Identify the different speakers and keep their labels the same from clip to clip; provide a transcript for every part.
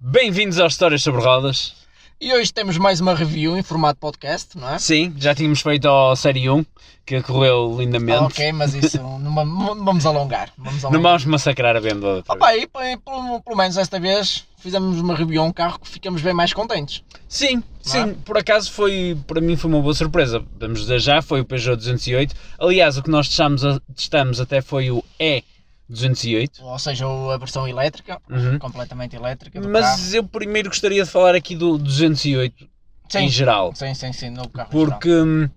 Speaker 1: Bem-vindos às Histórias sobre Rodas.
Speaker 2: E hoje temos mais uma review em formato podcast, não é?
Speaker 1: Sim, já tínhamos feito a Série 1, que correu lindamente.
Speaker 2: Ah, ok, mas isso não, va- não vamos alongar. Não vamos
Speaker 1: Não
Speaker 2: alongar.
Speaker 1: vamos massacrar a venda outra vez.
Speaker 2: Opa, e p- pelo, pelo menos desta vez fizemos uma review a um carro que ficamos bem mais contentes.
Speaker 1: Sim,
Speaker 2: é?
Speaker 1: sim, por acaso foi, para mim foi uma boa surpresa. Vamos dizer já, foi o Peugeot 208. Aliás, o que nós testamos, a- testamos até foi o E208.
Speaker 2: Ou seja, o- a versão elétrica,
Speaker 1: Uhum.
Speaker 2: completamente elétrica é do carro.
Speaker 1: Mas eu primeiro gostaria de falar aqui do 208 em
Speaker 2: Sim,
Speaker 1: geral.
Speaker 2: sim, sim, sim, no carro. geral.
Speaker 1: Porque, hum,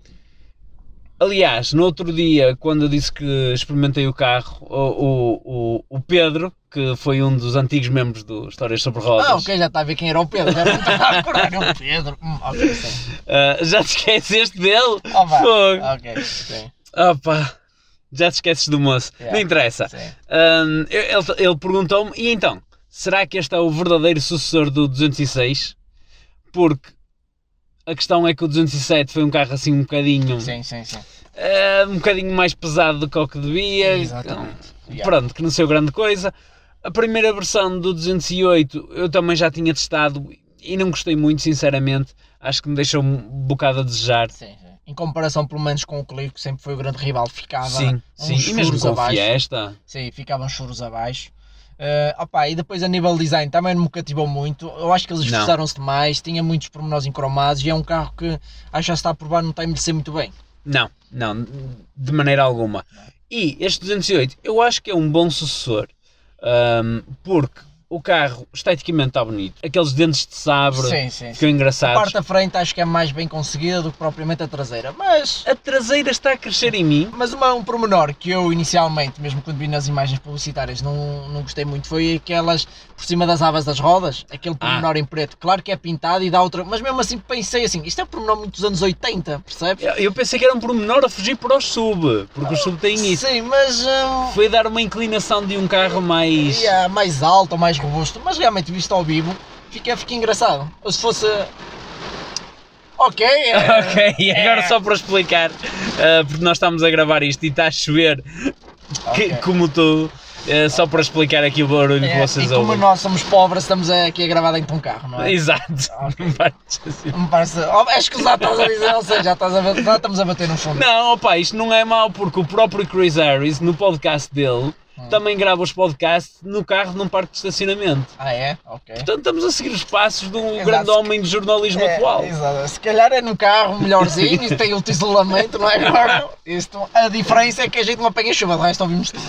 Speaker 1: aliás, no outro dia, quando eu disse que experimentei o carro, o, o, o, o Pedro, que foi um dos antigos membros do Histórias sobre Rodas,
Speaker 2: Ah, ok, já está a ver quem era o Pedro. Já não estava a recordar, é o Pedro. Hum, ok, sim.
Speaker 1: ah, já te esqueceste dele?
Speaker 2: Ah, vá.
Speaker 1: Fogo!
Speaker 2: Ok, sim,
Speaker 1: Opa, já te esqueces do moço.
Speaker 2: Yeah.
Speaker 1: Não interessa.
Speaker 2: sim.
Speaker 1: Hum, ele ele perguntou-me, e então, será que este é o verdadeiro sucessor do 206? Porque a questão é que o 207 foi um carro assim um bocadinho...
Speaker 2: Sim, sim, sim.
Speaker 1: Ah, um bocadinho mais pesado do que o que devia.
Speaker 2: Exatamente.
Speaker 1: Então,
Speaker 2: Yeah.
Speaker 1: Pronto, que não saiu grande coisa. A primeira versão do 208 eu também já tinha testado e não gostei muito, sinceramente. Acho que me deixou um bocado a desejar.
Speaker 2: Sim, sim. Em comparação, pelo menos, com o Clio, que sempre foi o grande rival, ficava
Speaker 1: Sim,
Speaker 2: uns
Speaker 1: sim. E mesmo
Speaker 2: furos
Speaker 1: com o
Speaker 2: abaixo.
Speaker 1: Fiesta.
Speaker 2: Sim, ficavam choros abaixo. Eh, opa, e depois a nível design também não me cativou muito. Eu acho que eles
Speaker 1: Não.
Speaker 2: esforçaram-se demais, tinha muitos pormenores encromados e é um carro que acho que já está a provar, não está a envelhecer muito bem.
Speaker 1: Não, não, de maneira alguma. E este 208 eu acho que é um bom sucessor hum, porque o carro esteticamente está bonito. Aqueles dentes de sabre
Speaker 2: Sim, sim. sim.
Speaker 1: ficam
Speaker 2: A
Speaker 1: engraçados.
Speaker 2: parte da frente acho que é mais bem conseguida do que propriamente a traseira, mas.
Speaker 1: A traseira está a crescer em mim.
Speaker 2: Mas uma, um pormenor que eu inicialmente, mesmo quando vi nas imagens publicitárias, não, não gostei muito foi aquelas por cima das abas das rodas,
Speaker 1: Ah.
Speaker 2: aquele pormenor em preto. Claro que é pintado e dá outra, mas mesmo assim pensei assim, isto é um pormenor muito dos anos 80, percebes?
Speaker 1: Eu- Eu pensei que era um pormenor a fugir para o sub, porque o sub tem isso.
Speaker 2: Sim, mas. hum,
Speaker 1: Foi dar uma inclinação de um carro mais.
Speaker 2: Yeah, é mais alto ou mais robusto, mas realmente visto ao vivo fica, fica engraçado. Ou se fosse. Ok, é-
Speaker 1: Ok, e agora só para explicar, ah, porque nós estamos a gravar isto e está a chover, que-
Speaker 2: ok.
Speaker 1: como tudo, ah, só para explicar aqui o barulho que
Speaker 2: É,
Speaker 1: vocês
Speaker 2: e como
Speaker 1: ouvem.
Speaker 2: nós somos pobres, estamos aqui a gravar dentro de um carro, não é?
Speaker 1: Exato. assim.
Speaker 2: Ok.
Speaker 1: Não,
Speaker 2: Me parece. Oh, é escusado, estás a dizer, ou seja, já, estás a bater- já estamos a bater no fundo.
Speaker 1: Não, opa, isto não é mau, porque o próprio Chris Harris, no podcast dele,
Speaker 2: Hum.
Speaker 1: também grava os podcasts no carro num parque de estacionamento.
Speaker 2: Ah, é? Ok.
Speaker 1: Portanto, estamos a seguir os passos do
Speaker 2: Exato.
Speaker 1: grande homem do jornalismo
Speaker 2: É,
Speaker 1: atual.
Speaker 2: exato. Se calhar é num carro melhorzinho, isto tem outro isolamento, não é? Agora, isto, a diferença é que a gente não apanha chuva, de resto ouvimos tudo.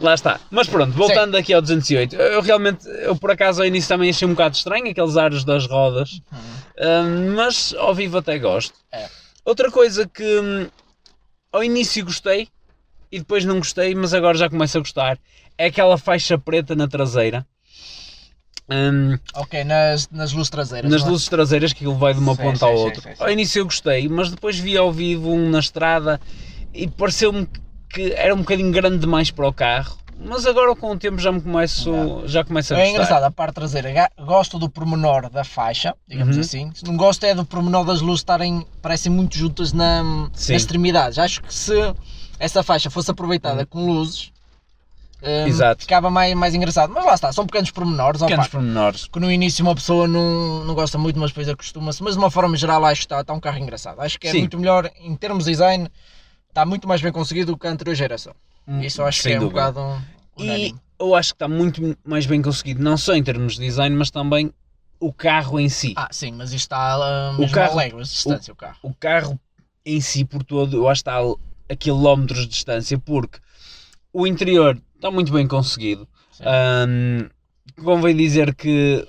Speaker 1: Lá está. Mas pronto, voltando aqui ao 208, eu realmente, eu por acaso ao início também achei um bocado estranho aqueles aros das rodas, hum, mas ao vivo até gosto.
Speaker 2: É.
Speaker 1: Outra coisa que hum, ao início gostei e depois não gostei, mas agora já começo a gostar, é aquela faixa preta na traseira. hum,
Speaker 2: Ok, nas, nas luzes traseiras.
Speaker 1: nas
Speaker 2: não é?
Speaker 1: luzes traseiras que ele vai de uma
Speaker 2: Sim,
Speaker 1: ponta
Speaker 2: sim,
Speaker 1: ao
Speaker 2: sim,
Speaker 1: outro.
Speaker 2: sim, sim.
Speaker 1: Ao início eu gostei, mas depois vi ao vivo um na estrada e pareceu-me que era um bocadinho grande demais para o carro. Mas agora com o tempo já me começo, já começo a
Speaker 2: É
Speaker 1: gostar.
Speaker 2: engraçado, a parte traseira, ga- gosto do pormenor da faixa, digamos
Speaker 1: Uhum.
Speaker 2: assim. Não gosto é do pormenor das luzes estarem, parecem muito juntas na, nas
Speaker 1: Sim.
Speaker 2: extremidades. Acho que se essa faixa fosse aproveitada com luzes, hum,
Speaker 1: Uhum. Exato.
Speaker 2: ficava mais, mais engraçado. Mas lá está, são pequenos pormenores, opa,
Speaker 1: Pequenos pormenores.
Speaker 2: que no início uma pessoa não, não gosta muito, mas depois acostuma-se. Mas de uma forma geral, acho que está, está um carro engraçado. Acho que é
Speaker 1: Sim.
Speaker 2: muito melhor, em termos de design, está muito mais bem conseguido do que a anterior geração. Isso acho
Speaker 1: Sem
Speaker 2: que é
Speaker 1: dúvida.
Speaker 2: um bocado.
Speaker 1: E
Speaker 2: unânime.
Speaker 1: eu acho que está muito mais bem conseguido, não só em termos de design, mas também o carro em si.
Speaker 2: Ah, sim, mas isto está ah,
Speaker 1: O
Speaker 2: mesmo
Speaker 1: carro-
Speaker 2: a léguas de distância, o, carro.
Speaker 1: o carro em si por todo, eu acho que está a quilómetros de distância, porque o interior está muito bem conseguido.
Speaker 2: Sim.
Speaker 1: Ahm, convém dizer que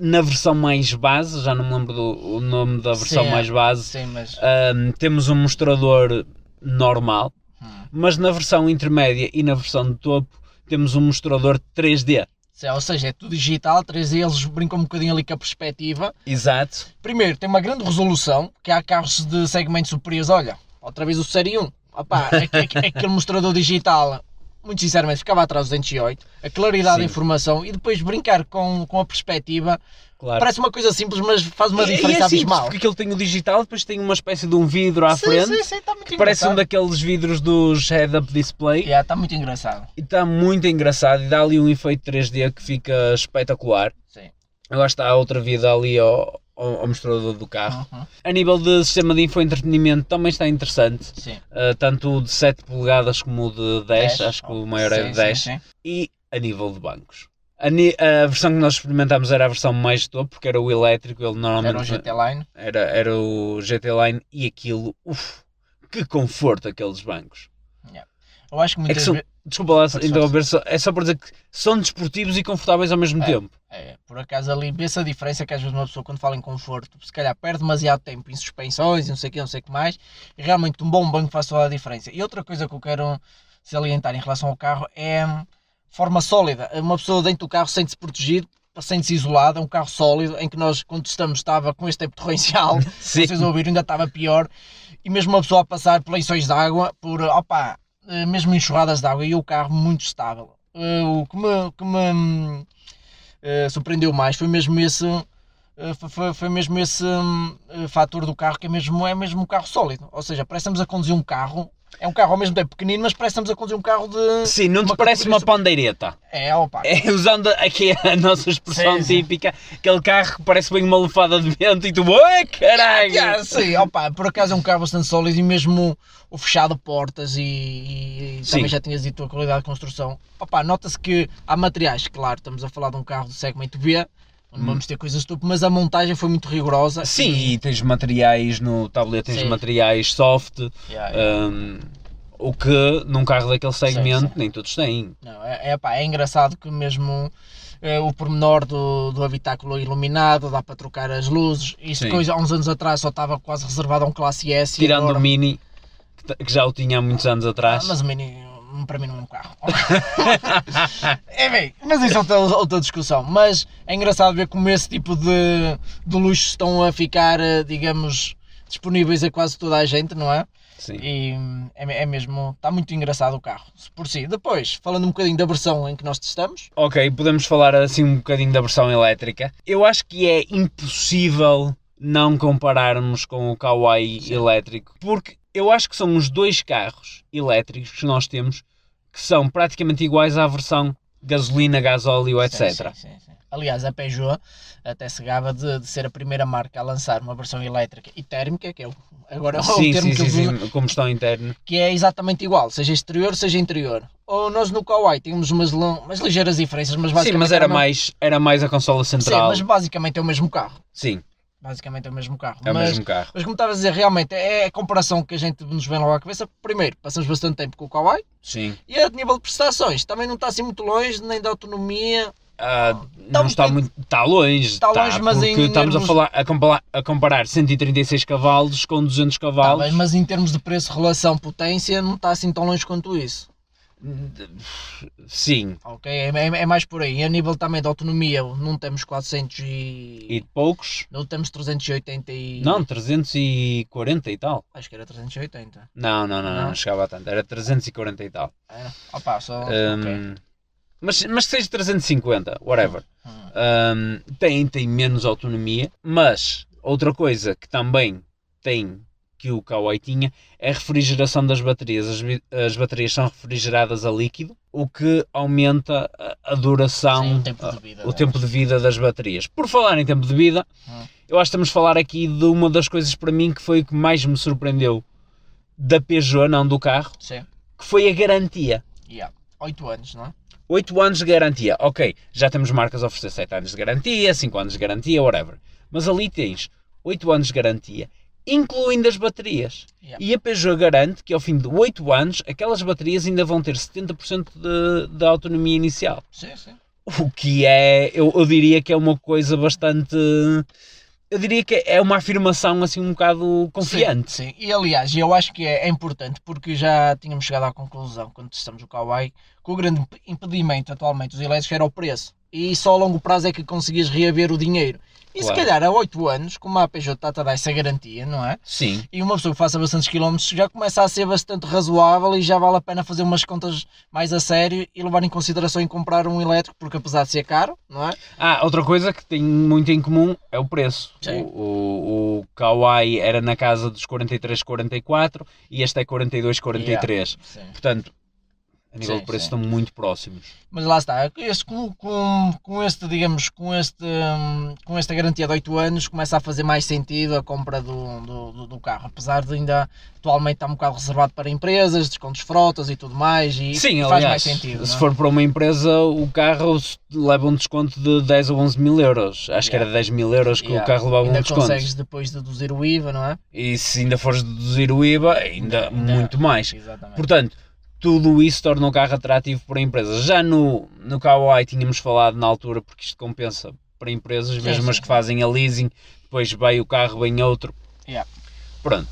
Speaker 1: na versão mais base, já não me lembro do o nome da versão
Speaker 2: Sim, é.
Speaker 1: mais base,
Speaker 2: Sim, mas.
Speaker 1: ahm, temos um mostrador normal,
Speaker 2: hum.
Speaker 1: mas na versão intermédia e na versão de topo temos um mostrador 3D.
Speaker 2: Sim, Ou seja, é tudo digital, três eles brincam um bocadinho ali com a perspectiva.
Speaker 1: Exato.
Speaker 2: Primeiro, tem uma grande resolução, que há carros de segmentos superiores. Olha, outra vez o Série é 1. Opá, aque- aque- aquele mostrador digital, muito sinceramente, ficava atrás do 208. A claridade da
Speaker 1: Sim.
Speaker 2: informação e depois brincar com, com a perspectiva.
Speaker 1: Claro.
Speaker 2: Parece uma coisa simples, mas faz uma
Speaker 1: E- e
Speaker 2: diferença
Speaker 1: é simples,
Speaker 2: abismal.
Speaker 1: porque aquilo tem o digital, depois tem uma espécie de um vidro à frente.
Speaker 2: sim, sim, sim, está muito
Speaker 1: Parece um
Speaker 2: engraçado.
Speaker 1: daqueles vidros dos head-up display tá
Speaker 2: Yeah, está muito engraçado.
Speaker 1: e está muito engraçado e dá ali um efeito 3D que fica espetacular.
Speaker 2: Sim.
Speaker 1: Eu acho que há outra vida ali ao, ao, ao mostrador do carro.
Speaker 2: Uhum.
Speaker 1: A nível de sistema de infoentretenimento também está interessante.
Speaker 2: Sim.
Speaker 1: Uh, tanto o de 7 polegadas como o de 10,
Speaker 2: Dez.
Speaker 1: acho que o maior é
Speaker 2: Sim,
Speaker 1: de
Speaker 2: sim,
Speaker 1: 10.
Speaker 2: sim.
Speaker 1: E a nível de bancos. A, ni- a versão que nós experimentámos era a versão mais de topo, porque era o elétrico, ele normalmente
Speaker 2: Era o GT
Speaker 1: é?
Speaker 2: Line.
Speaker 1: era, era o GT Line e aquilo, uff, que conforto aqueles bancos.
Speaker 2: Eu acho que
Speaker 1: É que
Speaker 2: muitas
Speaker 1: são-
Speaker 2: vezes.
Speaker 1: Desculpa lá se
Speaker 2: Força,
Speaker 1: interromper, só- é só para dizer que são desportivos e confortáveis ao mesmo
Speaker 2: É.
Speaker 1: tempo.
Speaker 2: É, por acaso ali vê-se a diferença que às vezes uma pessoa quando fala em conforto, se calhar perde demasiado tempo em suspensões e não sei o que, não sei o que mais, e realmente um bom banco faz toda a diferença. E outra coisa que eu quero salientar em relação ao carro é hum, forma sólida. Uma pessoa dentro do carro sente-se protegida, sente-se isolada, é um carro sólido, em que nós quando estamos estava com este tempo torrencial,
Speaker 1: Sim,
Speaker 2: vocês ouviram, ainda estava pior. E mesmo uma pessoa a passar por lençóis de água, por, opa, eh, mesmo enxurradas de água, e o carro muito estável. Eh, O que me, o que me hum, eh, surpreendeu mais foi mesmo esse. eh, fo- Foi, foi mesmo esse hum, eh, fator do carro que é mesmo, é mesmo um carro sólido. Ou seja, parece que estamos a conduzir um carro. É um carro ao mesmo tempo pequenino, mas parece que estamos a conduzir um carro de.
Speaker 1: Sim, não te
Speaker 2: Uma
Speaker 1: parece
Speaker 2: categoria
Speaker 1: uma pandeireta.
Speaker 2: É, opa.
Speaker 1: É usando aqui a nossa expressão
Speaker 2: Sim, sim.
Speaker 1: típica, aquele carro que parece bem uma lufada de vento e tu, oi
Speaker 2: Ah,
Speaker 1: caralho!
Speaker 2: sim, opa, por acaso é um carro bastante sólido e mesmo o fechado de portas e, e- e
Speaker 1: Sim.
Speaker 2: também já tinhas dito a qualidade de construção. Opa, nota-se que há materiais, claro, estamos a falar de um carro do segmento B, não
Speaker 1: Hum.
Speaker 2: vamos ter coisas do tipo, mas a montagem foi muito rigorosa.
Speaker 1: Sim, e tens materiais no tablet, tens
Speaker 2: Sim.
Speaker 1: materiais soft,
Speaker 2: Yeah, yeah.
Speaker 1: hum, o que num carro daquele segmento
Speaker 2: sim.
Speaker 1: nem todos têm.
Speaker 2: Não, é, é, pá, é engraçado que mesmo eh, o pormenor do, do habitáculo iluminado, dá para trocar as luzes, isso
Speaker 1: Sim.
Speaker 2: coisa há uns anos atrás só estava quase reservado a um classe S. e
Speaker 1: Tirando
Speaker 2: agora-
Speaker 1: o Mini, que ta- que já o tinha há muitos anos
Speaker 2: Ah,
Speaker 1: atrás.
Speaker 2: mas o Mini, hum, para mim, não é um carro. é bem, mas isso é outra, outra discussão. Mas é engraçado ver como esse tipo de, de luxo estão a ficar, eh, digamos, disponíveis a quase toda a gente, não é?
Speaker 1: Sim.
Speaker 2: E hum, é, me- é mesmo, está muito engraçado o carro, por si. Depois, falando um bocadinho da versão em que nós testamos,
Speaker 1: Ok, podemos falar assim um bocadinho da versão elétrica. Eu acho que é impossível não compararmos com o Kawai
Speaker 2: Sim.
Speaker 1: elétrico, porque eu acho que são os dois carros elétricos que nós temos que são praticamente iguais à versão gasolina, gasóleo, etc.
Speaker 2: Sim, sim, sim. Aliás, a Peugeot até se gaba de, de ser a primeira marca a lançar uma versão elétrica e térmica, que é o, agora é o
Speaker 1: Sim,
Speaker 2: termo
Speaker 1: sim,
Speaker 2: que
Speaker 1: sim,
Speaker 2: eles usam,
Speaker 1: sim, combustão interna.
Speaker 2: que é exatamente igual, seja exterior, seja interior. Ou nós no Kauai temos umas, lon- umas ligeiras diferenças, mas basicamente.
Speaker 1: Sim, mas era
Speaker 2: o mesmo-
Speaker 1: mais, era mais a consola
Speaker 2: Sim,
Speaker 1: central.
Speaker 2: mas
Speaker 1: Sim,
Speaker 2: basicamente é o mesmo carro. Basicamente é o mesmo carro.
Speaker 1: é o
Speaker 2: mas,
Speaker 1: mesmo carro.
Speaker 2: mas como estava a dizer, realmente é a comparação que a gente nos vem logo à cabeça. Primeiro, passamos bastante tempo com o Kauai
Speaker 1: Sim.
Speaker 2: e a nível de prestações também não está assim muito longe, nem da autonomia.
Speaker 1: Ah,
Speaker 2: Tá
Speaker 1: não
Speaker 2: um
Speaker 1: está
Speaker 2: bocadinho-
Speaker 1: muito. Está longe. tá,
Speaker 2: Está longe, mas
Speaker 1: porque
Speaker 2: em
Speaker 1: estamos a,
Speaker 2: termos-
Speaker 1: falar, a, comparar, a comparar 136 cavalos com 200
Speaker 2: Tá
Speaker 1: cavalos.
Speaker 2: bem, mas em termos de preço, relação, potência, não está assim tão longe quanto isso.
Speaker 1: Sim.
Speaker 2: Ok, é, é- é mais por aí. E a nível também da autonomia, não temos 400 e.
Speaker 1: E de poucos.
Speaker 2: Não temos 380 e.
Speaker 1: Não, 340 e tal.
Speaker 2: Acho que era 380.
Speaker 1: Não, não, não, não,
Speaker 2: Não?
Speaker 1: chegava a tanto. Era 340 e tal.
Speaker 2: É. Opa, só. ok.
Speaker 1: Hum, mas, mas que seja 350, whatever.
Speaker 2: Hum.
Speaker 1: Hum, tem, tem menos autonomia, mas outra coisa que também tem que o Kawai tinha é a refrigeração das baterias. As, vi- as baterias são refrigeradas a líquido, o que aumenta a, a duração,
Speaker 2: Sim, o um tempo
Speaker 1: a-
Speaker 2: de vida.
Speaker 1: então, o tempo de vida das baterias. Por falar em tempo de vida,
Speaker 2: Hum.
Speaker 1: eu acho que estamos a falar aqui de uma das coisas para mim que foi o que mais me surpreendeu da Peugeot, não do carro,
Speaker 2: né? Sim.
Speaker 1: que foi a garantia.
Speaker 2: Yeah. 8 anos, não é?
Speaker 1: 8 anos de garantia. Ok, já temos marcas a oferecer 7 anos de garantia, 5 anos de garantia, whatever. Mas ali tens 8 anos de garantia, incluindo as baterias.
Speaker 2: Yeah.
Speaker 1: E a Peugeot garante que ao fim de 8 anos, aquelas baterias ainda vão ter 70% de- da autonomia inicial.
Speaker 2: Sim, sim.
Speaker 1: O que é, eu, eu diria que é uma coisa bastante. Eu diria que é uma afirmação assim um bocado confiante.
Speaker 2: Sim, sim. E aliás, eu acho que é, é importante porque já tínhamos chegado à conclusão quando testamos o Kawai que o grande imp- impedimento atualmente dos elétricos era o preço. E só a longo prazo é que conseguias reaver o dinheiro. E se
Speaker 1: Claro.
Speaker 2: calhar a 8 anos, como a Peugeot está a dar essa garantia, não é?
Speaker 1: Sim.
Speaker 2: e uma pessoa que faça bastantes quilómetros já começa a ser bastante razoável e já vale a pena fazer umas contas mais a sério e levar em consideração em comprar um elétrico, porque apesar de ser caro, não é?
Speaker 1: Ah, outra coisa que tem muito em comum é o preço.
Speaker 2: Sim.
Speaker 1: O, o, o Kawai era na casa dos 43, 44 e este é 42, 43.
Speaker 2: Sim.
Speaker 1: Portanto, A nível
Speaker 2: Sim,
Speaker 1: de preço
Speaker 2: sim.
Speaker 1: estão muito próximos.
Speaker 2: Mas lá está, este, com, com, com este, digamos, com, este, hum, com esta garantia de 8 anos, começa a fazer mais sentido a compra do, do, do- do carro. Apesar de ainda atualmente estar um bocado reservado para empresas, descontos frotas e tudo mais, e
Speaker 1: Sim,
Speaker 2: faz
Speaker 1: aliás,
Speaker 2: mais sentido.
Speaker 1: se
Speaker 2: não é?
Speaker 1: for para uma empresa, o carro se- leva um desconto de 10 a 11 mil euros. Acho que
Speaker 2: Yeah.
Speaker 1: era 10 mil euros que
Speaker 2: Yeah.
Speaker 1: o carro levava um
Speaker 2: ainda
Speaker 1: desconto.
Speaker 2: consegues depois deduzir o IVA, não é?
Speaker 1: E se ainda fores deduzir o IVA, ainda, muito mais.
Speaker 2: Exatamente.
Speaker 1: Portanto, tudo isso torna o carro atrativo para empresas. Já no, no Kawai tínhamos falado na altura, porque isto compensa para empresas,
Speaker 2: Sim,
Speaker 1: mesmo as
Speaker 2: sim.
Speaker 1: que fazem a leasing, depois vai o carro, vem outro.
Speaker 2: Yeah.
Speaker 1: Pronto.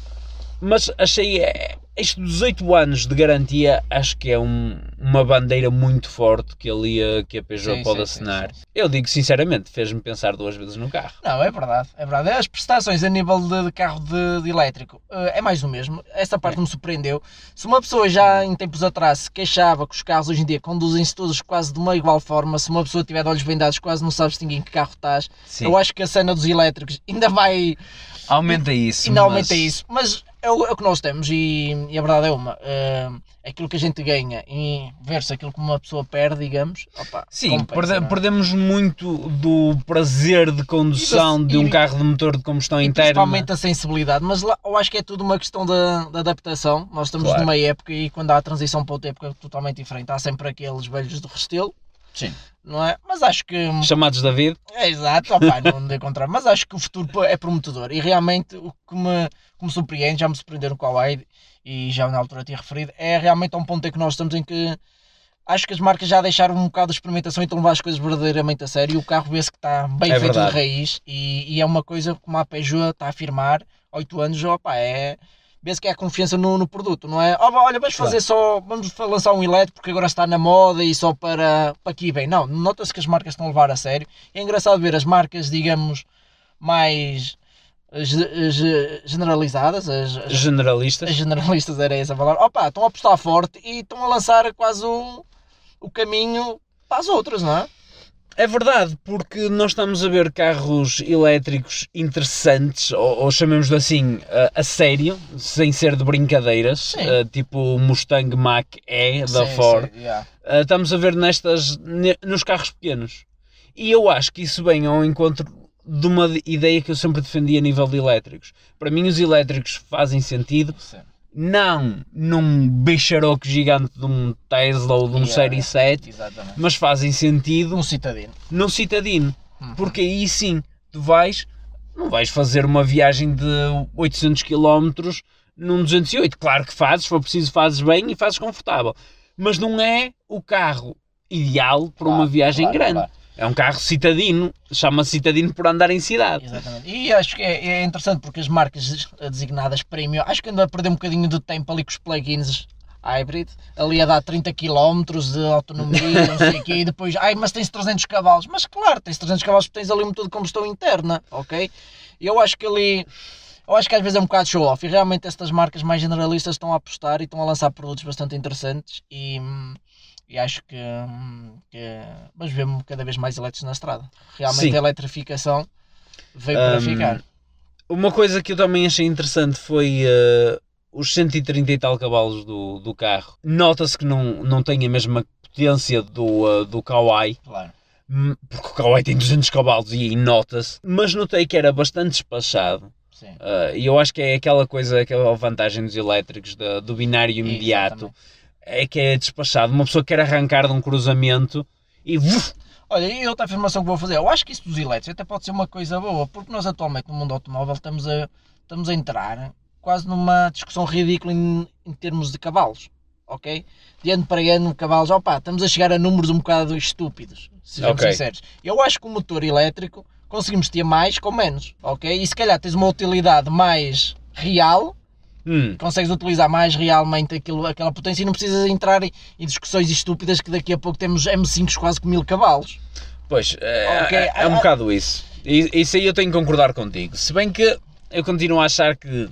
Speaker 1: Mas achei é, estes 18 anos de garantia, acho que é um- uma bandeira muito forte que, ali a, que a Peugeot
Speaker 2: Sim,
Speaker 1: pode
Speaker 2: sim, sim,
Speaker 1: assinar.
Speaker 2: sim, sim.
Speaker 1: Eu digo sinceramente, fez-me pensar duas vezes no carro.
Speaker 2: Não, é verdade, é verdade. As prestações a nível de, de carro de, de elétrico eh, é mais o mesmo. Essa
Speaker 1: É.
Speaker 2: parte me surpreendeu. Se uma pessoa já em tempos atrás se queixava que os carros hoje em dia conduzem-se todos quase de uma igual forma, se uma pessoa tiver de olhos vendados quase não sabes distinguir em que carro estás,
Speaker 1: Sim,
Speaker 2: eu acho que a cena dos elétricos ainda vai,
Speaker 1: aumenta isso.
Speaker 2: ainda
Speaker 1: mas-
Speaker 2: aumenta isso. Mas é o, é o que nós temos e, e a verdade é uma. eh, aquilo que a gente ganha em versus aquilo que uma pessoa perde, digamos, opa,
Speaker 1: Sim,
Speaker 2: compensa,
Speaker 1: perde-
Speaker 2: não é?
Speaker 1: perdemos muito do prazer de condução
Speaker 2: E da-
Speaker 1: de um
Speaker 2: e-
Speaker 1: carro de motor de combustão
Speaker 2: E
Speaker 1: interna.
Speaker 2: principalmente a sensibilidade, mas lá, eu acho que é tudo uma questão da, da adaptação. Nós estamos
Speaker 1: Claro.
Speaker 2: numa época e quando há a transição para outra época totalmente diferente, há sempre aqueles velhos do restelo.
Speaker 1: Sim.
Speaker 2: Não é? Mas acho que.
Speaker 1: Chamados David,
Speaker 2: É exato, opá, não me dei contra. Mas acho que o futuro é prometedor. E realmente o que me, que me surpreende, já me surpreenderam com a Wide e já na altura tinha referido, é realmente a um ponto em que nós estamos em que acho que as marcas já deixaram um bocado de experimentação e estão a levar as coisas verdadeiramente a sério. E o carro vê-se que está bem
Speaker 1: É
Speaker 2: feito
Speaker 1: verdade.
Speaker 2: de raiz e, e é uma coisa que como a Peugeot está a afirmar, 8 anos, opá, é. Vê-se que é a confiança no, no produto, não é? "Oh, vá, olha, vamos fazer só, vamos fa- lançar um elétrico porque agora está na moda e só para, para aqui bem. Não, nota-se que as marcas estão a levar a sério é engraçado ver as marcas, digamos, mais eh, ge- ge- generalizadas, as, as- as
Speaker 1: generalistas.
Speaker 2: generalistas era essa a palavra, opa, estão a apostar forte e estão a lançar quase o, o caminho para as outras, não é?
Speaker 1: É verdade, porque nós estamos a ver carros elétricos interessantes, ou, ou chamemos-lhe assim, a, a sério, sem ser de brincadeiras,
Speaker 2: Sim.
Speaker 1: eh, tipo o Mustang Mach-E da
Speaker 2: Sim,
Speaker 1: Ford.
Speaker 2: sim, yeah.
Speaker 1: Uh, estamos a ver nestas, ne- nos carros pequenos. E eu acho que isso vem ao encontro de uma de- ideia que eu sempre defendi a nível de elétricos. Para mim, os elétricos fazem sentido,
Speaker 2: Sim.
Speaker 1: não num bicharoco gigante de um Tesla ou de um
Speaker 2: Yeah,
Speaker 1: Série 7,
Speaker 2: Exatamente.
Speaker 1: mas fazem sentido
Speaker 2: É Um cidadino.
Speaker 1: num citadino.
Speaker 2: Uhum.
Speaker 1: Porque aí sim, tu vais, não vais fazer uma viagem de 800 km num 208. Claro que fazes, se for preciso fazes bem e fazes confortável. Mas não é o carro ideal para uma
Speaker 2: Claro,
Speaker 1: viagem
Speaker 2: claro,
Speaker 1: grande.
Speaker 2: claro.
Speaker 1: É um carro citadino, chama-se citadino por andar em cidade.
Speaker 2: Exatamente. E acho que é, é interessante porque as marcas des- designadas premium, acho que anda a perder um bocadinho de tempo ali com os plugins hybrid, ali a dar 30 km de autonomia, não sei o quê, e depois, ai, mas tens 300 cavalos. Mas claro, tens 300 cavalos porque tens ali um motor de combustão interna, ok? E eu acho que ali, eu acho que às vezes é um bocado show off, e realmente estas marcas mais generalistas estão a apostar e estão a lançar produtos bastante interessantes e... hum, e acho que, hum, que vamos ver cada vez mais elétricos na estrada. Realmente
Speaker 1: Sim.
Speaker 2: a eletrificação Veio para
Speaker 1: Hum,
Speaker 2: ficar.
Speaker 1: Uma coisa que eu também achei interessante foi eh, os 130 e tal cavalos do, do carro. Nota-se que não, não tem a mesma potência do, eh, do Kawai,
Speaker 2: Claro.
Speaker 1: Hum, porque o Kawai tem 200 cavalos e aí nota-se, mas notei que era bastante despachado.
Speaker 2: Sim.
Speaker 1: Ah, E eu acho que é aquela coisa, aquela vantagem dos elétricos, da- do binário imediato,
Speaker 2: Exatamente.
Speaker 1: é que é despachado. Uma pessoa quer arrancar de um cruzamento e vuf,
Speaker 2: Olha, e outra afirmação que vou fazer, eu acho que isso dos elétricos até pode ser uma coisa boa, porque nós atualmente no mundo automóvel estamos a, estamos a entrar quase numa discussão ridícula em, em termos de cavalos, ok? De ano para ano, cavalos, opá, estamos a chegar a números um bocado estúpidos, sejamos
Speaker 1: Ok.
Speaker 2: sinceros. Eu acho que o motor elétrico conseguimos ter mais com menos, ok? E se calhar tens uma utilidade mais real
Speaker 1: hum,
Speaker 2: consegues utilizar mais realmente aquilo, aquela potência e não precisas entrar em, em discussões estúpidas que daqui a pouco temos M5s quase com mil cavalos.
Speaker 1: pois, é,
Speaker 2: Ok,
Speaker 1: é- é um
Speaker 2: ah, ah.
Speaker 1: bocado isso. E- Isso aí eu tenho que concordar contigo. Se bem que eu continuo a achar que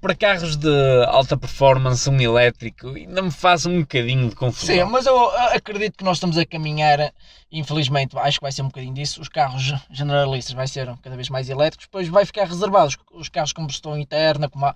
Speaker 1: para carros de alta performance, um elétrico, ainda me faz um bocadinho de confusão.
Speaker 2: Sim, mas eu ah, acredito que nós estamos a caminhar, infelizmente, acho que vai ser um bocadinho disso. Os carros generalistas vai ser cada vez mais elétricos, depois vai ficar reservados os carros com combustão interna, como a,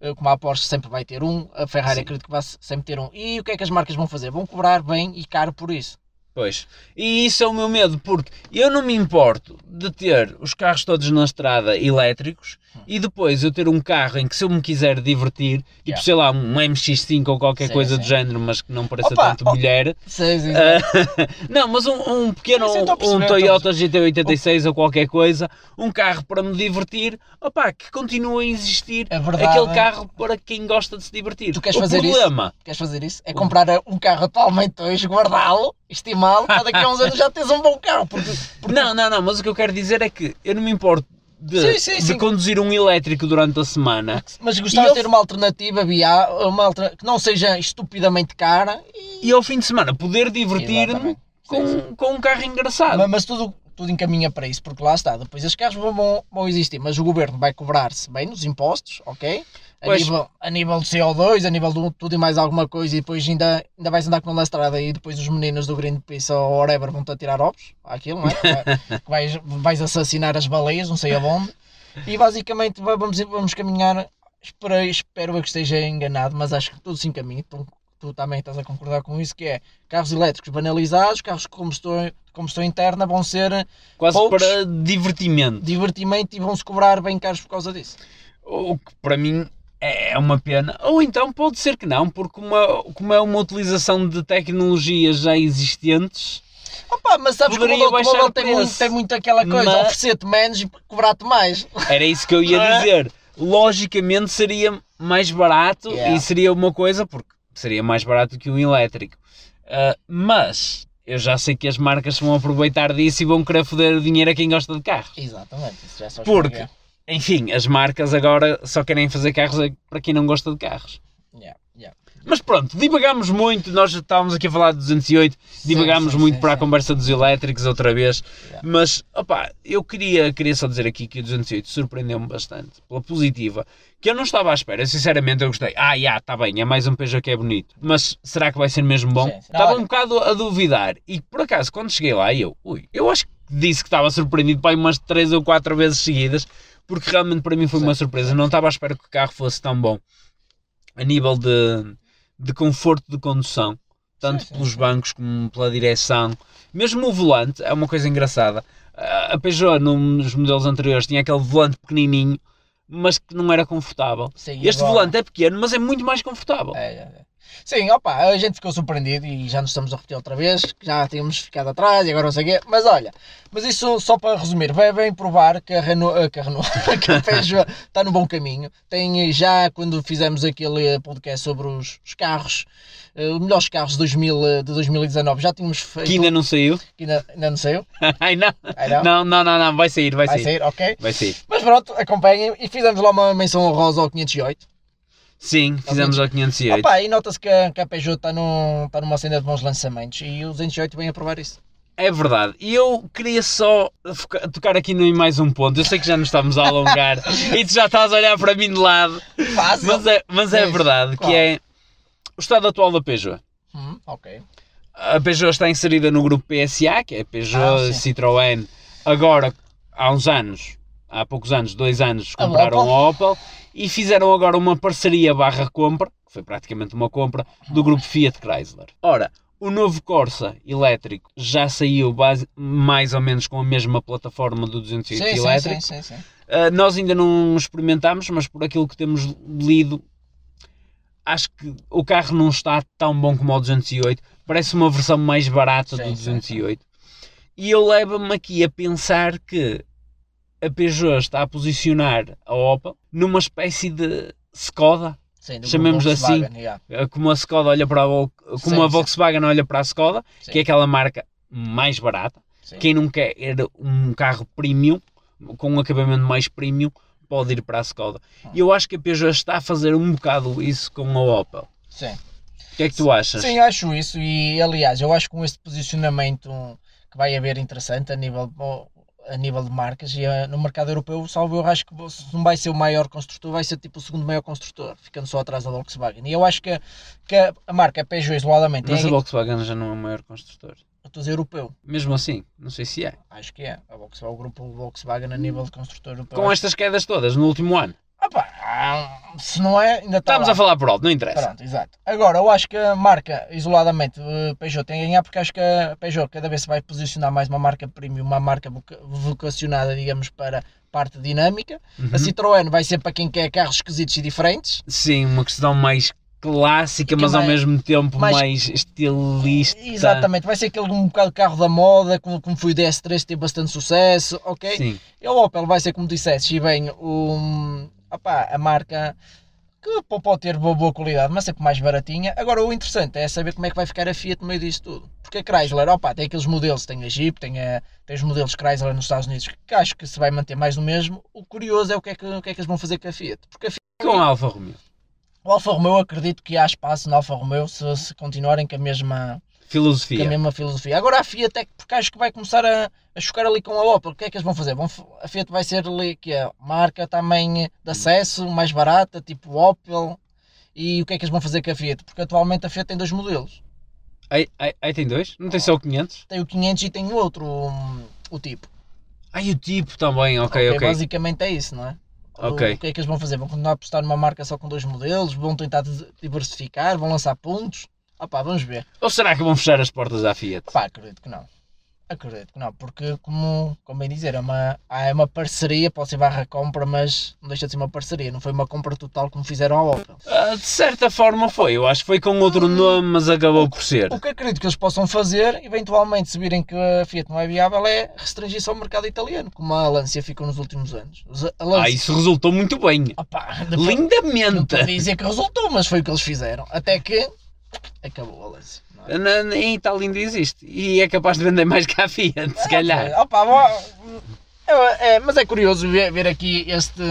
Speaker 2: eh, como a Porsche sempre vai ter um, a Ferrari
Speaker 1: Sim.
Speaker 2: acredito que vai se- sempre ter um. E o que é que as marcas vão fazer? Vão cobrar bem e caro por isso.
Speaker 1: Pois. E isso é o meu medo, porque eu não me importo de ter os carros todos na estrada elétricos e depois eu ter um carro em que se eu me quiser divertir, tipo
Speaker 2: Yeah.
Speaker 1: sei lá, um MX5 ou qualquer
Speaker 2: Sim,
Speaker 1: coisa
Speaker 2: sim.
Speaker 1: do género, mas que não pareça
Speaker 2: Opa,
Speaker 1: tanto
Speaker 2: oh.
Speaker 1: mulher.
Speaker 2: Sim, sim, sim.
Speaker 1: Ah, não, mas um, um pequeno,
Speaker 2: Sim, sim, estou a perceber,
Speaker 1: um
Speaker 2: estou a
Speaker 1: Toyota GT86 ou qualquer coisa, um carro para me divertir, opá, que continua a existir
Speaker 2: É verdade.
Speaker 1: aquele carro para quem gosta de se divertir.
Speaker 2: Tu queres
Speaker 1: o
Speaker 2: fazer isso?
Speaker 1: problema
Speaker 2: Queres fazer isso? É comprar um carro atualmente hoje, guardá-lo, estimá-lo, para daqui a uns anos já tens um bom carro. Porque, porque
Speaker 1: Não, não, não, mas o que eu quero dizer é que eu não me importo de,
Speaker 2: Sim, sim,
Speaker 1: de
Speaker 2: sim.
Speaker 1: conduzir um elétrico durante a semana
Speaker 2: Mas gostava
Speaker 1: E
Speaker 2: de
Speaker 1: eu-
Speaker 2: ter uma alternativa via, uma alter... que não seja estupidamente cara e
Speaker 1: e ao fim de semana poder divertir-me
Speaker 2: Exatamente. Sim,
Speaker 1: com, com um carro engraçado.
Speaker 2: Mas, mas tudo, tudo encaminha para isso, porque lá está, depois esses carros vão- vão, vão existir, mas o governo vai cobrar-se bem nos impostos, ok? A
Speaker 1: Pois.
Speaker 2: nível, a nível do CO2, a nível de um, tudo e mais alguma coisa, e depois ainda, ainda vais andar com ele na estrada e depois os meninos do Greenpeace ou whatever vão-te atirar ovos, aquilo, não é? Que vai- que vais, vais assassinar as baleias, não sei aonde. E basicamente va- vamos, vamos caminhar, espero, espero eu que esteja enganado, mas acho que tudo se encaminha, tu, tu também estás a concordar com isso, que é carros elétricos banalizados, carros com combustão, combustão interna vão ser
Speaker 1: Quase
Speaker 2: poucos-
Speaker 1: para divertimento.
Speaker 2: divertimento e vão-se cobrar bem caros por causa disso.
Speaker 1: O que para mim é uma pena. Ou então pode ser que não, porque uma, como é uma utilização de tecnologias já existentes,
Speaker 2: Opa, mas sabes que o
Speaker 1: Poderia
Speaker 2: mundo automóvel
Speaker 1: baixar
Speaker 2: tem
Speaker 1: preço,
Speaker 2: muito, tem muito aquela coisa,
Speaker 1: mas-
Speaker 2: oferecer-te menos e cobrar-te mais.
Speaker 1: era isso que eu ia
Speaker 2: Não é?
Speaker 1: dizer. Logicamente seria mais barato
Speaker 2: Yeah.
Speaker 1: e seria uma coisa, porque seria mais barato que um elétrico. Ah, mas eu já sei que as marcas vão aproveitar disso e vão querer foder o dinheiro a quem gosta de carros.
Speaker 2: Exatamente, isso já só
Speaker 1: Porque-
Speaker 2: explica.
Speaker 1: Enfim, as marcas agora só querem fazer carros a- para quem não gosta de carros.
Speaker 2: Yeah, yeah.
Speaker 1: Mas pronto, divagamos muito, nós já estávamos aqui a falar de 208,
Speaker 2: Sim,
Speaker 1: divagámos
Speaker 2: sim,
Speaker 1: muito
Speaker 2: sim,
Speaker 1: para a
Speaker 2: sim.
Speaker 1: conversa dos elétricos outra vez,
Speaker 2: Yeah.
Speaker 1: mas opá, eu queria, queria só dizer aqui que o 208 surpreendeu-me bastante, pela positiva, que eu não estava à espera, sinceramente eu gostei, ah, já, está bem, é mais um Peugeot que é bonito, mas será que vai ser mesmo bom?
Speaker 2: Sim, sim.
Speaker 1: Estava
Speaker 2: Olha.
Speaker 1: um bocado a duvidar, e por acaso, quando cheguei lá, eu, ui, eu acho que disse que estava surpreendido para umas 3 ou 4 vezes seguidas, porque realmente para mim foi
Speaker 2: Sim,
Speaker 1: uma surpresa, não estava à espera que o carro fosse tão bom, a nível de, de conforto de condução, tanto
Speaker 2: Sim, sim,
Speaker 1: pelos
Speaker 2: sim.
Speaker 1: bancos como pela direção. Mesmo o volante é uma coisa engraçada. A a Peugeot nos modelos anteriores tinha aquele volante pequenininho, mas que não era confortável.
Speaker 2: Sim,
Speaker 1: Este
Speaker 2: agora-
Speaker 1: volante é pequeno, mas é muito mais confortável.
Speaker 2: É, é, é. Sim, opa, a gente ficou surpreendido e já nos estamos a repetir outra vez, que já tínhamos ficado atrás e agora não sei o quê. Mas olha, mas isso só para resumir, vai bem provar que a Renault, eh, que a, Renault, que a Peugeot está no bom caminho. Tem eh, já quando fizemos aquele eh, podcast sobre os, os carros, eh, os melhores carros de, 2000, eh, de 2019, já tínhamos feito.
Speaker 1: Que ainda não saiu.
Speaker 2: que ainda, ainda não saiu.
Speaker 1: Ai não.
Speaker 2: então- Ai, não?
Speaker 1: Não, não, não, não, vai sair, vai,
Speaker 2: Vai
Speaker 1: sair.
Speaker 2: sair, ok.
Speaker 1: Vai sair.
Speaker 2: Mas pronto, acompanhem e fizemos lá uma menção honrosa ao 508.
Speaker 1: Sim, fizemos ao 508.
Speaker 2: Opa, e nota-se que a, que a Peugeot está num, tá numa cena de bons lançamentos e o 208 vem a provar isso.
Speaker 1: É verdade. E eu queria só foca- tocar aqui em mais um ponto. Eu sei que já nos estamos a alongar e tu já estás a olhar para mim de lado.
Speaker 2: Fácil!
Speaker 1: Mas é, mas é
Speaker 2: Sim.
Speaker 1: verdade
Speaker 2: Qual?
Speaker 1: que é o estado atual da Peugeot.
Speaker 2: Hum, ok.
Speaker 1: A Peugeot está inserida no grupo PSA, que é Peugeot,
Speaker 2: Ah, sim.
Speaker 1: Citroën. Agora, há uns anos, há poucos anos, dois anos,
Speaker 2: A
Speaker 1: compraram a Opel e fizeram agora uma parceria barra compra, que foi praticamente uma compra, do grupo Fiat Chrysler. Ora, o novo Corsa elétrico já saiu base- mais ou menos com a mesma plataforma do 208
Speaker 2: Sim, sim,
Speaker 1: elétrico.
Speaker 2: sim, sim, sim.
Speaker 1: Uh, nós ainda não experimentámos, mas por aquilo que temos lido, acho que o carro não está tão bom como o 208. Parece uma versão mais barata do
Speaker 2: Sim, sim,
Speaker 1: 208. E eu levo-me aqui a pensar que a Peugeot está a posicionar a Opel numa espécie de Skoda.
Speaker 2: Sim, do
Speaker 1: Chamemos
Speaker 2: grupo
Speaker 1: assim.
Speaker 2: Volkswagen, yeah.
Speaker 1: Uh, Como a Skoda olha para a, Vol- como
Speaker 2: Sim,
Speaker 1: a
Speaker 2: sim.
Speaker 1: Volkswagen olha para a Skoda,
Speaker 2: Sim,
Speaker 1: que é aquela marca mais barata
Speaker 2: sim.
Speaker 1: quem não quer um carro premium, com um acabamento mais premium, pode ir para a Skoda. E eu acho que a Peugeot está a fazer um bocado isso com a Opel.
Speaker 2: Sim.
Speaker 1: O que é que tu achas?
Speaker 2: Sim, acho isso e aliás, eu acho que com este posicionamento que vai haver interessante a nível bom, a nível de marcas e eh, no mercado europeu, salvo eu, acho que vou- se não vai ser o maior construtor, vai ser tipo o segundo maior construtor, ficando só atrás da Volkswagen. E eu acho que, a- que a a marca é Peugeot isoladamente
Speaker 1: Mas a
Speaker 2: é
Speaker 1: Volkswagen já não é o maior construtor.
Speaker 2: eu estou a dizer, europeu.
Speaker 1: Mesmo assim, não sei se é.
Speaker 2: Acho que é. A Volkswagen, o grupo Volkswagen a nível de construtor europeu.
Speaker 1: Com
Speaker 2: acho-
Speaker 1: estas quedas todas no último ano.
Speaker 2: Ah pá, se não é, ainda está
Speaker 1: Estamos
Speaker 2: lá.
Speaker 1: a falar por alto, não interessa.
Speaker 2: Pronto, exato. Agora, eu acho que a marca, isoladamente, eh, Peugeot tem a ganhar, porque acho que a Peugeot cada vez se vai posicionar mais uma marca premium, uma marca voca- vocacionada, digamos, para parte dinâmica.
Speaker 1: Uhum.
Speaker 2: A Citroën vai ser para quem quer carros esquisitos e diferentes.
Speaker 1: Sim, uma questão mais clássica,
Speaker 2: Que
Speaker 1: mas ao
Speaker 2: mais-
Speaker 1: mesmo tempo
Speaker 2: mais-
Speaker 1: mais estilista.
Speaker 2: Exatamente, vai ser aquele um bocado de carro da moda, como, como foi o DS3, teve bastante sucesso, ok?
Speaker 1: Sim.
Speaker 2: E o Opel vai ser, como disseste, e bem, um, opá, a marca que pô- pode ter boa, boa qualidade, mas sempre mais baratinha. Agora, o interessante é saber como é que vai ficar a Fiat no meio disso tudo. Porque a Chrysler, opá, tem aqueles modelos, tem a Jeep, tem, a, tem os modelos Chrysler nos Estados Unidos, que acho que se vai manter mais do mesmo. O curioso é o que é que, o que, é que eles vão fazer com a Fiat. Porque a Fiat,
Speaker 1: Com a Alfa Romeo.
Speaker 2: o Alfa Romeo, acredito que há espaço na Alfa Romeo se, se continuarem com a mesma com a
Speaker 1: Filosofia.
Speaker 2: mesma filosofia. Agora a Fiat é que, porque acho que vai começar a, a chocar ali com a Opel. O que é que eles vão fazer? Vão, f- a Fiat vai ser ali que é marca
Speaker 1: Hum.
Speaker 2: também de acesso, mais barata, tipo Opel. E o que é que eles vão fazer com a Fiat? Porque atualmente a Fiat tem dois modelos.
Speaker 1: Aí, aí- aí tem dois? Não tem só o 500?
Speaker 2: Tem o 500 e tem o outro, hum, o tipo.
Speaker 1: Aí o tipo também, ok,
Speaker 2: Ok,
Speaker 1: ok.
Speaker 2: Basicamente é isso, não é?
Speaker 1: Ok.
Speaker 2: O que é que eles vão fazer? Vão continuar a apostar numa marca só com dois modelos? Vão tentar des- diversificar? Vão lançar pontos? Opá, vamos ver.
Speaker 1: Ou será que vão fechar as portas à Fiat?
Speaker 2: Pá, acredito que não. Acredito que não, porque como, como bem dizer, é uma, ah, é uma parceria, pode ser barra compra, mas não deixa de ser uma parceria, não foi uma compra total como fizeram à Opel.
Speaker 1: Ah, de certa forma foi, eu acho que foi com outro nome, mas acabou por ser.
Speaker 2: O que acredito que eles possam fazer, eventualmente se virem que a Fiat não é viável, é restringir-se ao mercado italiano, como a Lancia ficou nos últimos anos. Os- A Lancia,
Speaker 1: Ah, isso resultou muito bem.
Speaker 2: Opá, não pode- não
Speaker 1: Lindamente.
Speaker 2: pode dizer que resultou, mas foi o que eles fizeram, até que acabou a Lancia. não é?
Speaker 1: Na- na- Em Itália ainda existe. E é capaz de vender mais que a Fiat, se calhar.
Speaker 2: Ah, pá, bom, é, é, mas é curioso ver, ver aqui este,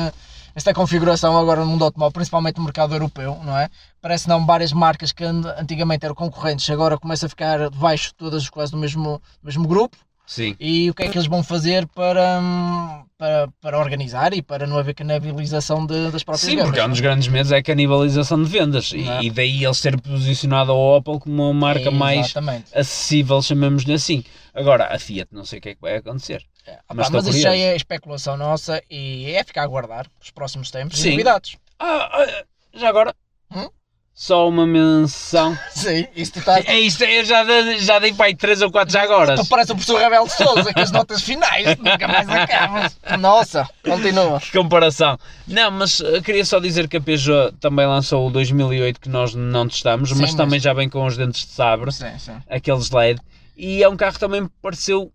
Speaker 2: esta configuração agora no mundo automóvel, principalmente no mercado europeu, não é? Parece não várias marcas que an- antigamente eram concorrentes, agora começa a ficar debaixo todas quase do mesmo, mesmo grupo.
Speaker 1: Sim.
Speaker 2: E o que é que eles vão fazer para, hum, para, para organizar e para não haver canibalização de, das próprias
Speaker 1: Sim,
Speaker 2: guerras,
Speaker 1: porque é um
Speaker 2: não é?
Speaker 1: dos grandes medos é a canibalização de vendas. E,
Speaker 2: Não é?
Speaker 1: e daí ele ser posicionado ao Opel como uma marca mais
Speaker 2: Exatamente.
Speaker 1: acessível, chamemos-lhe assim. Agora, a Fiat, não sei o que é que vai acontecer.
Speaker 2: É, opá,
Speaker 1: mas
Speaker 2: mas
Speaker 1: estou
Speaker 2: isso já
Speaker 1: curioso.
Speaker 2: é especulação nossa e é ficar a aguardar os próximos tempos
Speaker 1: Sim.
Speaker 2: e novidades.
Speaker 1: Ah, ah, já agora,
Speaker 2: Hum?
Speaker 1: só uma menção.
Speaker 2: Sim, isso tu estás
Speaker 1: É isto, eu já, dei- já dei para aí 3 ou 4 já agora.
Speaker 2: Tu parece o professor Rebelo de Souza, com as notas finais, nunca mais acabas. Nossa, continua.
Speaker 1: Que comparação. Não, mas eh, queria só dizer que a Peugeot também lançou o 2008 que nós não testamos,
Speaker 2: Sim,
Speaker 1: mas
Speaker 2: mas-
Speaker 1: também já vem com os dentes de sabre,
Speaker 2: Sim, sim.
Speaker 1: aqueles LED. E é um carro que também me pareceu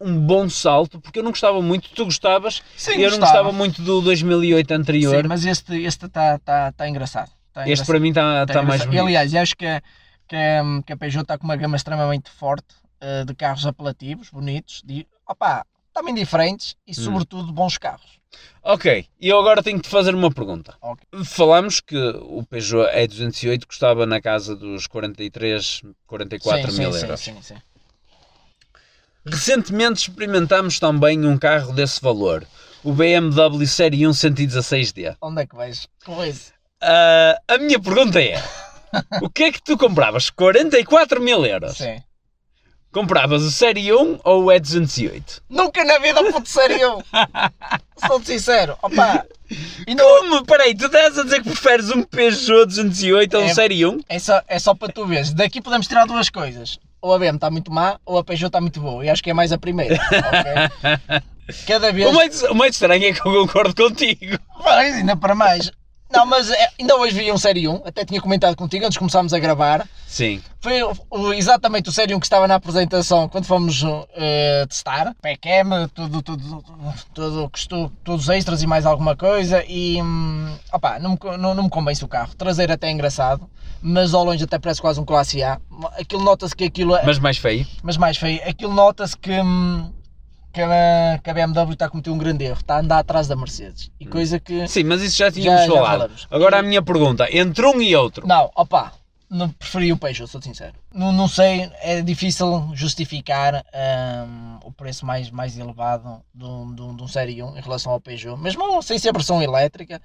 Speaker 1: um bom salto, porque eu não gostava muito, tu gostavas, eu não gostava muito do 2008 anterior.
Speaker 2: Sim, mas este está tá, tá, tá engraçado. Tá
Speaker 1: este
Speaker 2: engraçado.
Speaker 1: para mim está
Speaker 2: Tá
Speaker 1: tá mais
Speaker 2: engraçado.
Speaker 1: bonito.
Speaker 2: E, aliás, eu acho que, a- que, a- que a Peugeot está com uma gama extremamente forte eh, de carros apelativos, bonitos, de, opá, também diferentes e,
Speaker 1: Hum.
Speaker 2: sobretudo, bons carros.
Speaker 1: Ok, e eu agora tenho que te fazer uma pergunta.
Speaker 2: Ok.
Speaker 1: Falámos que o Peugeot E208 custava na casa dos 43, 44
Speaker 2: sim,
Speaker 1: mil
Speaker 2: sim,
Speaker 1: euros.
Speaker 2: Sim, sim, sim.
Speaker 1: Recentemente experimentámos também um carro desse valor, o BMW Série 1 116D.
Speaker 2: Onde é que vais com isso?
Speaker 1: Ah, a minha pergunta é: o que é que tu compravas? 44 mil euros.
Speaker 2: Sim.
Speaker 1: Compravas o Série 1 ou o E208?
Speaker 2: Nunca na vida pude ser eu. Sou-te sincero. Opá, e não,
Speaker 1: Como? Peraí, tu estás a dizer que preferes um Peugeot 208 a um
Speaker 2: É-
Speaker 1: Série 1?
Speaker 2: É só, é só para tu veres. Daqui podemos tirar duas coisas. Ou a BM está muito má, ou a Peugeot está muito boa. E acho que é mais a primeira. ok? Cada vez.
Speaker 1: O mais, o mais estranho é que eu concordo contigo.
Speaker 2: Pois, ainda para mais. Não, mas é, ainda hoje vi um Série 1. Até tinha comentado contigo antes de começarmos a gravar.
Speaker 1: Sim.
Speaker 2: Foi o- o- exatamente o Série 1 que estava na apresentação quando fomos eh, testar. Pacam, tudo, tudo, tudo, custou, todos os extras e mais alguma coisa. E. hum, opá, não me, co- não, não me convence o carro. Traseiro até é engraçado. Mas ao longe até parece quase um Classe A. Aquilo nota-se que aquilo é-
Speaker 1: Mas mais feio.
Speaker 2: Mas mais feio, aquilo nota-se que, hum, que, a, que a BMW está a cometer um grande erro, está a andar atrás da Mercedes. E coisa que.
Speaker 1: Sim, mas isso já tínhamos
Speaker 2: Já- já
Speaker 1: falado.
Speaker 2: falamos.
Speaker 1: Agora
Speaker 2: E-
Speaker 1: a minha pergunta, entre um e outro,
Speaker 2: Não, opa, não preferi o Peugeot, sou sincero. Não, não sei, é difícil justificar hum, o preço mais, mais elevado de um, de, um, de um Série 1 em relação ao Peugeot. Mesmo sem ser a versão elétrica,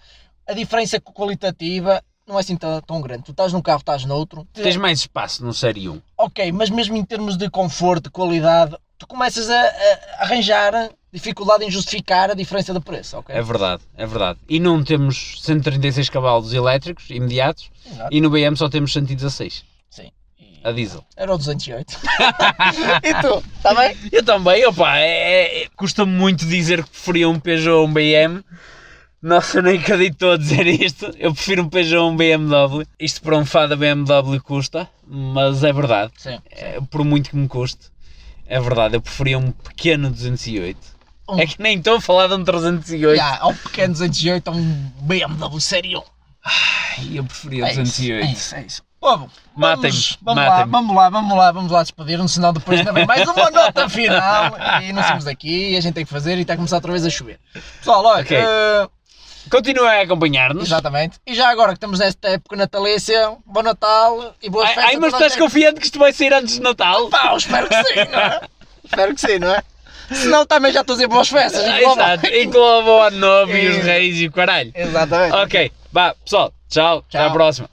Speaker 2: a diferença qualitativa não é assim tão, tão grande. Tu estás num carro, estás noutro.
Speaker 1: Tens mais espaço no Série 1.
Speaker 2: Ok, mas mesmo em termos de conforto, de qualidade, tu começas a, a arranjar dificuldade em justificar a diferença de preço, ok?
Speaker 1: É verdade, é verdade. E não temos 136 cavalos elétricos imediatos
Speaker 2: Exato.
Speaker 1: e no BM só temos 116,
Speaker 2: Sim. E-
Speaker 1: a diesel.
Speaker 2: Era o 208. e tu? Está bem?
Speaker 1: Eu também, opa, é, é- custa muito dizer que preferia um Peugeot a um BM. Nossa, eu nem acredito que estou a dizer isto. Eu prefiro um Peugeot a um BMW. Isto para um fada BMW custa, mas é verdade.
Speaker 2: Sim.
Speaker 1: É, por muito que me custe, é verdade. Eu preferia um pequeno 208.
Speaker 2: Um-
Speaker 1: É que nem estou a falar de um 308.
Speaker 2: Já, ao é pequeno 208, a um BMW Série 1.
Speaker 1: Ai, eu preferia o
Speaker 2: É isso,
Speaker 1: 208.
Speaker 2: é isso, é isso. Ó, bom,
Speaker 1: Matem-me,
Speaker 2: vamos- Vamos lá,
Speaker 1: matem-me.
Speaker 2: vamos lá, vamos lá, vamos lá despedir-nos, senão depois ainda vem mais uma nota final e não estamos aqui e a gente tem que fazer e está a começar outra vez a chover. Pessoal, olha,
Speaker 1: Ok.
Speaker 2: eh,
Speaker 1: Continuem a acompanhar-nos.
Speaker 2: exatamente. E já agora que estamos nesta época natalícia, bom Natal e boas
Speaker 1: Ai,
Speaker 2: festas.
Speaker 1: ai, mas
Speaker 2: a toda a
Speaker 1: estás confiante que isto vai sair antes de Natal?
Speaker 2: Pá, eu espero que sim, não é? espero que sim, não é? Senão também já estou a dizer boas festas.
Speaker 1: Ah,
Speaker 2: igual-
Speaker 1: Exato, engloba o ano novo e os
Speaker 2: É.
Speaker 1: reis e o caralho.
Speaker 2: Exatamente.
Speaker 1: Ok, vá, pessoal, tchau, até à
Speaker 2: Tchau.
Speaker 1: próxima.